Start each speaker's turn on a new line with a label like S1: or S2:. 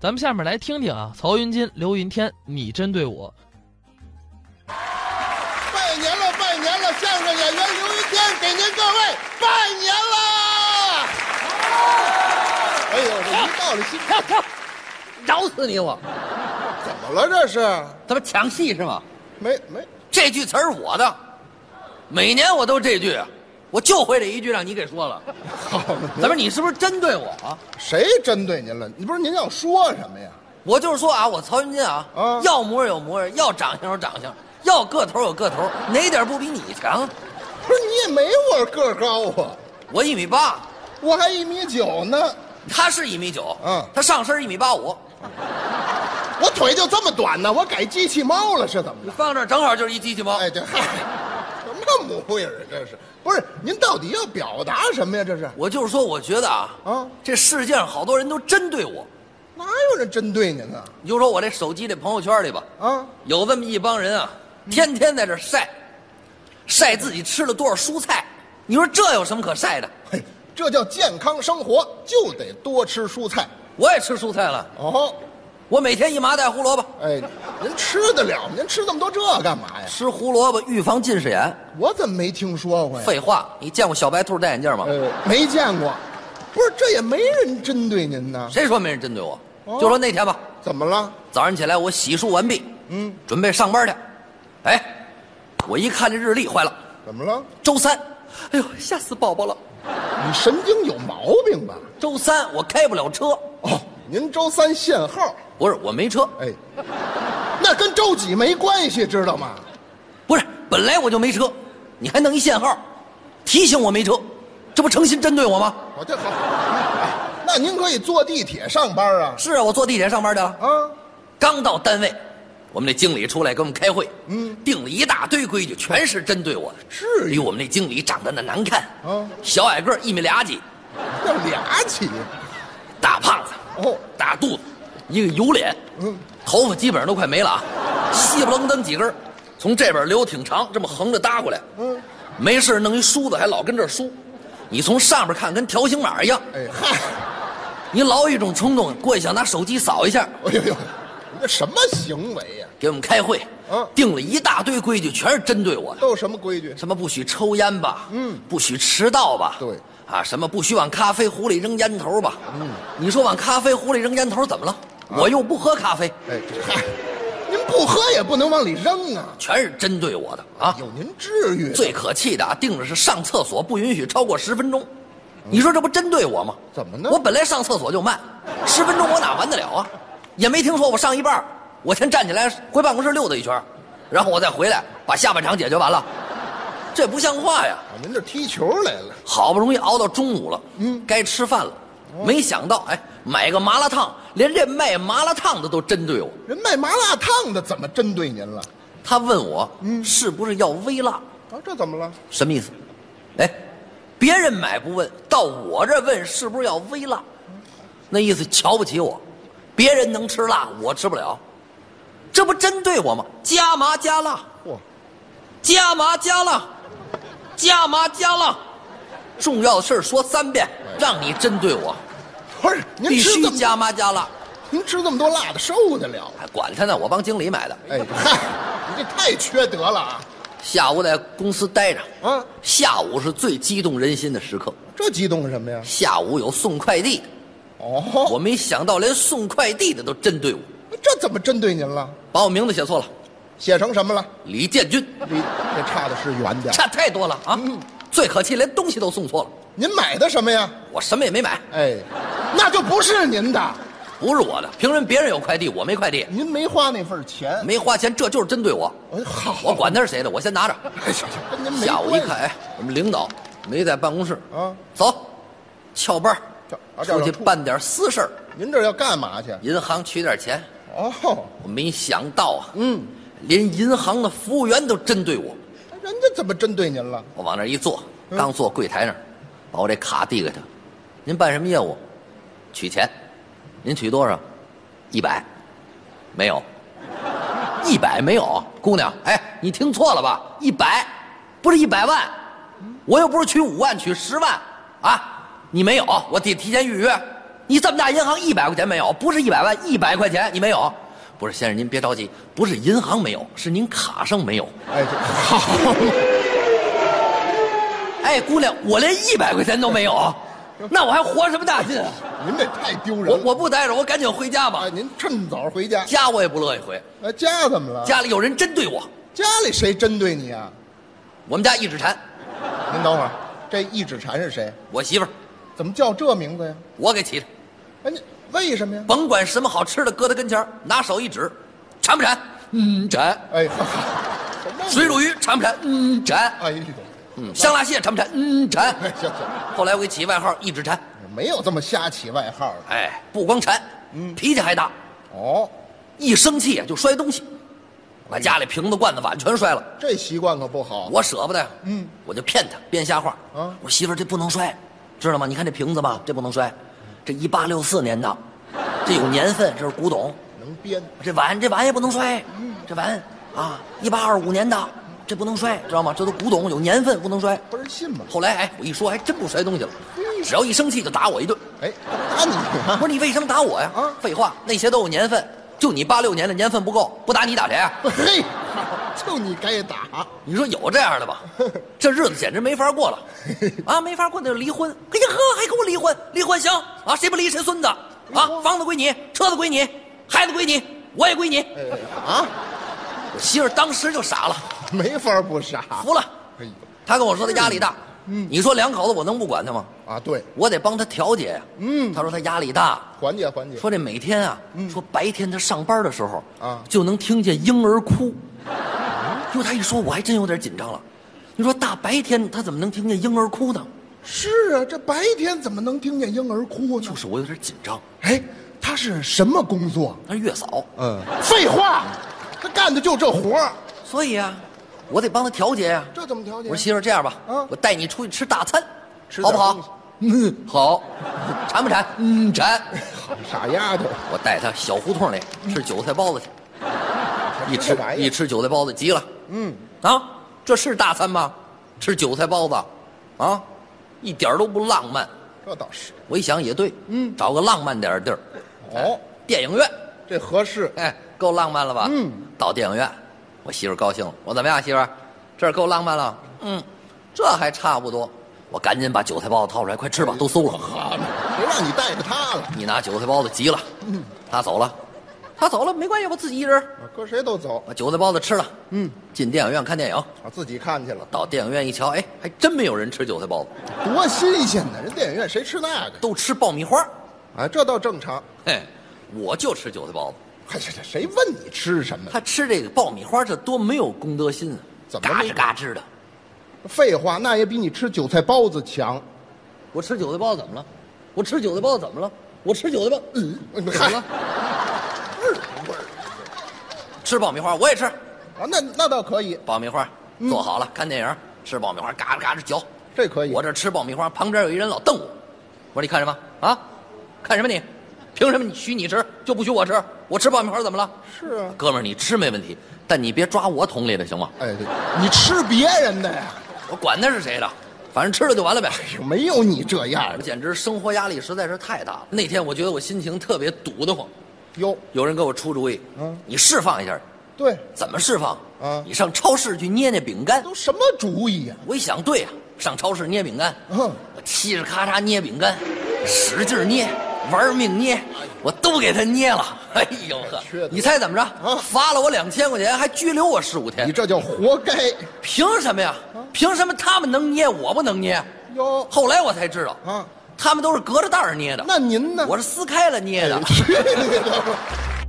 S1: 咱们下面来听听啊，曹云金、刘云天，你针对我，
S2: 拜年了，拜年了！相声演员刘云天给您各位拜年啦！哎呦，这一到了新
S3: 跳跳，饶死你我！
S2: 怎么了？这是
S3: 怎么抢戏是吗？
S2: 没没
S3: 这句词儿是我的，每年我都这句，我就会这一句，让你给说了。
S2: 嗯好嘛？
S3: 怎么你是不是针对我啊？
S2: 谁针对您了？你不是您要说什么呀？
S3: 我就是说啊，我曹云金啊，
S2: 啊
S3: 要模样有模样，要长相有长相，要个头有个头，哪点不比你强？
S2: 不是你也没我个儿高啊，
S3: 我一米八，
S2: 我还一米九呢，
S3: 他是一米九，
S2: 嗯
S3: 他上身一米八五，
S2: 我腿就这么短呢，我改机器猫了是怎么
S3: 你
S2: 的？
S3: 放这儿正好就是一机器猫。
S2: 哎，这嗨，什么模样啊？这是不是？您到底要表达什么呀？这是
S3: 我就是说，我觉得啊，
S2: 啊
S3: 这世界上好多人都针对我。
S2: 哪有人针对您呢？
S3: 你就说我这手机这朋友圈里吧，
S2: 啊，
S3: 有这么一帮人啊，天天在这晒，晒自己吃了多少蔬菜。你说这有什么可晒的？
S2: 嘿，这叫健康生活，就得多吃蔬菜。
S3: 我也吃蔬菜了，
S2: 哦，
S3: 我每天一麻袋胡萝卜，
S2: 哎，您吃得了吗？您吃那么多这干嘛呀？
S3: 吃胡萝卜预防近视眼。
S2: 我怎么没听说过呀？
S3: 废话，你见过小白兔戴眼镜吗？
S2: 呃，没见过。不是，这也没人针对您呢。
S3: 谁说没人针对我？
S2: 哦
S3: 就说那天吧，
S2: 怎么了？
S3: 早上起来我洗漱完毕，
S2: 嗯，
S3: 准备上班去。哎，我一看这日历，坏了，
S2: 怎么了？
S3: 周三，哎呦，吓死宝宝了！
S2: 你神经有毛病吧？
S3: 周三我开不了车，
S2: 哦，您周三限号，
S3: 不是我没车，
S2: 哎，那跟周几没关系，知道吗？
S3: 不是本来我就没车，你还弄一限号，提醒我没车，这不诚心针对我吗？
S2: 我这好，哎那您可以坐地铁上班啊。
S3: 是啊，我坐地铁上班去了，
S2: 啊，
S3: 刚到单位，我们那经理出来跟我们开会，嗯，定了一大堆规矩，全是哦针对我的。
S2: 至
S3: 哎
S2: 于
S3: 呦，我们那经理长得那难看，
S2: 嗯
S3: 小矮个儿一米俩几，
S2: 要俩起
S3: 大胖子，
S2: 哦。
S3: 大肚子，一个油脸，
S2: 嗯，
S3: 头发基本上都快没了啊，稀不楞登几根儿，从这边留挺长，这么横着搭过来。
S2: 嗯，
S3: 没事弄一梳子，还老跟这儿梳。你从上边看跟条形码一样，
S2: 哎嗨。
S3: 你老有一种冲动，过去想拿手机扫一下。
S2: 哎呦呦，你这什么行为呀、
S3: 给我们开会，
S2: 嗯
S3: 定了一大堆规矩，全是针对我的，
S2: 都有什么规矩？
S3: 什么不许抽烟吧，
S2: 嗯，
S3: 不许迟到吧，
S2: 对，
S3: 啊，什么不许往咖啡壶里扔烟头吧，嗯，你说往咖啡壶里扔烟头怎么了？
S2: 啊
S3: 我又不喝咖啡，
S2: 哎，这嗨，您不喝也不能往里扔啊！
S3: 全是针对我的啊。
S2: 有您至于？
S3: 最可气的啊，定的是上厕所不允许超过十分钟。你说这不针对我吗？
S2: 怎么呢
S3: 我本来上厕所就慢，十分钟我哪完得了啊？也没听说我上一半儿，我先站起来回办公室溜达一圈儿，然后我再回来把下半场解决完了，这不像话呀！
S2: 啊您这踢球来了？
S3: 好不容易熬到中午了，嗯，该吃饭了，没想到哎，买个麻辣烫，连这卖麻辣烫的都针对我。
S2: 人卖麻辣烫的怎么针对您了？
S3: 他问我，嗯，是不是要微辣？
S2: 啊，这怎么了？
S3: 什么意思？哎，别人买不问，到我这问是不是要微辣？那意思瞧不起我，别人能吃辣，我吃不了，这不针对我吗？加麻加辣，
S2: 嚯，
S3: 加麻加辣，加麻加辣，重要的事儿说三遍，让你针对我，
S2: 不是您
S3: 必
S2: 吃
S3: 须
S2: 这么
S3: 加麻加辣。
S2: 您吃这么多辣的受得了？
S3: 哎，管他呢，我帮经理买的，
S2: 哎，嗨，你这太缺德了啊！
S3: 下午在公司待着。
S2: 啊，
S3: 下午是最激动人心的时刻，
S2: 这激动什么呀？
S3: 下午有送快递的。
S2: 哦，
S3: 我没想到连送快递的都针对我，
S2: 这怎么针对您了？
S3: 把我名字写错了，
S2: 写成什么了？
S3: 李建军，
S2: 离这差的是远点儿。
S3: 差太多了啊！
S2: 嗯
S3: 最可气，连东西都送错了，
S2: 您买的什么呀？
S3: 我什么也没买，
S2: 哎，那就不是您的。
S3: 不是我的，凭什么别人有快递，我没快递，
S2: 您没花那份 钱，
S3: 没花钱，这就是针对我。
S2: 哎，好，
S3: 我管他是谁的，我先拿着。
S2: 跟您没
S3: 下午一
S2: 关系
S3: 看，哎，我们领导没在办公室
S2: 啊，
S3: 走，翘班儿
S2: 这啊这
S3: 出
S2: 要
S3: 去
S2: 出
S3: 办点私事儿，
S2: 您这要干嘛去？
S3: 银行取点钱。
S2: 哦，
S3: 我没想到啊，
S2: 嗯，
S3: 连银行的服务员都针对我。
S2: 人家怎么针对您了？
S3: 我往那儿一坐，刚坐柜台那儿，把我这卡递给他。您办什么业务？取钱。您取多少？一百。没有。一百没有，姑娘，哎，你听错了吧？一百，不是一百万。我又不是取五万，取十万啊！你没有，我得提前预约。你这么大银行一百块钱没有？不是一百万，一百块钱你没有？不是先生，您别着急，不是银行没有，是您卡上没有。
S2: 哎，这好，
S3: 哎，姑娘，我连一百块钱都没有，那我还活什么大劲啊？
S2: 您这太丢人
S3: 我
S2: 了。
S3: 我不待着，我赶紧回家吧
S2: 哎，。您趁早回家。
S3: 家我也不乐意回，
S2: 哎，家怎么了？
S3: 家里有人针对我，
S2: 家里谁针对你啊？
S3: 我们家一指禅，
S2: 您等会儿，这一指禅是谁？
S3: 我媳妇儿，
S2: 怎么叫这名字呀？
S3: 我给起的，
S2: 哎，你为什么呀？
S3: 甭管什么好吃的，搁他跟前儿拿手一指，馋不馋？嗯，馋。
S2: 哎， 哈哈什么
S3: 水煮鱼馋不馋？嗯，馋。
S2: 哎呦，
S3: 嗯，香辣蟹馋不馋？嗯，馋。
S2: 哎，行行，
S3: 后来我给起外号一指馋，
S2: 没有这么瞎起外号的。
S3: 哎，嗯不光馋，脾气还大，
S2: 哦，
S3: 一生气啊就摔东西，把家里瓶子、罐子、碗全摔了。
S2: 这习惯可不好。
S3: 我舍不得呀，
S2: 嗯，
S3: 我就骗他，编瞎话。
S2: 啊
S3: 我说媳妇儿这不能摔，知道吗？你看这瓶子吧，这不能摔，这一八六四年的，这有年份，这是古董。
S2: 能编，
S3: 这碗这碗也不能摔，
S2: 嗯
S3: 这碗啊，一八二五年的，这不能摔，知道吗？这都古董，有年份，不能摔。
S2: 不是信吗？
S3: 后来哎，我一说还真不摔东西了，
S2: 嗯
S3: 只要一生气就打我一顿。
S2: 哎，打你
S3: 我
S2: 啊！
S3: 说你为什么打我呀？
S2: 啊
S3: 废话，那些都有年份，就你八六年的年份不够，不打你打谁啊？
S2: 嘿，就你该打。
S3: 你说有这样的吧？这日子简直没法过 了，啊，没法过那就离婚。哎呀呵，还跟我离婚？离婚行啊，谁不离谁孙子啊？房子归你，车子归你，孩子归你，我也归你。
S2: 哎啊，
S3: 我媳妇儿当时就傻了，
S2: 没法不傻。
S3: 服了。
S2: 哎呦，
S3: 她跟我说她压力大，
S2: 嗯
S3: 你说两口子我能不管她吗？
S2: 啊，对，
S3: 我得帮她调节呀。
S2: 嗯
S3: 她说她压力大，
S2: 缓解缓解。
S3: 说这每天啊，说白天他上班的时候
S2: 啊
S3: 就能听见婴儿哭。就他一说，我还真有点紧张了。你说大白天他怎么能听见婴儿哭呢？
S2: 是啊，这白天怎么能听见婴儿哭呢？
S3: 就是我有点紧张。
S2: 哎，他是什么工作？
S3: 那是月嫂，
S2: 嗯，废话，他干的就这活儿，
S3: 所以啊，我得帮他调节呀、
S2: 这怎么调
S3: 我
S2: 解？
S3: 说媳妇儿，这样吧，
S2: 啊
S3: 我带你出去吃大餐，
S2: 吃
S3: 好不
S2: 点东西
S3: 好？嗯，好。馋不馋？嗯，馋。
S2: 傻丫头，
S3: 我带他小胡同里吃韭菜包子去，一
S2: 吃
S3: 吃
S2: 嗯这玩意儿
S3: 一吃韭菜包子急了。
S2: 嗯，
S3: 啊，这是大餐吗？吃韭菜包子，啊，一点儿都不浪漫。
S2: 这倒是。
S3: 我一想也对，嗯，找个浪漫点儿的地儿，
S2: 哦，
S3: 电影院，
S2: 这合适。
S3: 哎，够浪漫了吧？
S2: 嗯，
S3: 到电影院，我媳妇儿高兴了。我怎么样，媳妇儿？这儿够浪漫了？嗯，这还差不多。我赶紧把韭菜包子掏出来，快
S2: 嗯
S3: 吃吧，都馊了。
S2: 好嘛，谁让你带着他了？
S3: 你拿韭菜包子急了，
S2: 嗯
S3: 他走了，他走了没关系，我自己一人儿
S2: 啊搁谁都走，
S3: 把韭菜包子吃了。嗯，进电影院看电影，
S2: 我自己看去了，
S3: 到电影院一瞧，哎，还真没有人吃韭菜包子。
S2: 多新鲜呢！人电影院谁吃那个？
S3: 都吃爆米花，
S2: 啊，这倒正常。
S3: 嘿，我就吃韭菜包子。
S2: 哎呀，这谁问你吃什么？
S3: 他吃这个爆米花，这多没有公德心啊！
S2: 怎么
S3: 嘎
S2: 没
S3: 吱嘎吱的？
S2: 废话，那也比你吃韭菜包子强。
S3: 我吃韭菜包子怎么了？我吃韭菜包子怎么了？我吃韭菜包，嗯，怎么
S2: 嗨
S3: 了？啊吃爆米花我也吃，
S2: 啊，那那倒可以，
S3: 爆米花做好了看电影，吃爆米花嘎吱嘎吱嚼。
S2: 这可以。
S3: 我这吃爆米花，旁边有一人老瞪我，我说你看什么啊？看什么你？凭什么你许你吃就不许我吃？我吃爆米花怎么了？
S2: 是啊。
S3: 哥们儿，你吃没问题，但你别抓我桶里的行吗？
S2: 哎，对你吃别人的呀？
S3: 我管他是谁的，反正吃了就完了呗。
S2: 没有你这样
S3: 我
S2: 的
S3: 简直生活压力实在是太大了。那天我觉得我心情特别堵得慌，
S2: 哟。
S3: 有人给我出主意，
S2: 嗯
S3: 你释放一下，
S2: 对，
S3: 怎么释放？
S2: 嗯
S3: 你上超市去捏捏饼干。
S2: 都什么主意啊呀、
S3: 我一想，对呀、上超市捏饼干，
S2: 嗯
S3: 我嘁哧咔嚓捏饼干，使劲捏，玩命捏，
S2: 哎
S3: 我都给他捏 了。哎呦呵
S2: 缺德，
S3: 你猜怎么着？罚了我两千块钱，还拘留我十五
S2: 嗯你
S3: 天，
S2: 这叫嗯活该
S3: 凭什么呀？凭什么他们能捏，我不能捏？
S2: 哟！
S3: 后来我才知道，
S2: 啊，
S3: 他们都是隔着袋儿捏的。
S2: 那您呢？
S3: 我是撕开了捏的。
S2: 去你的吧！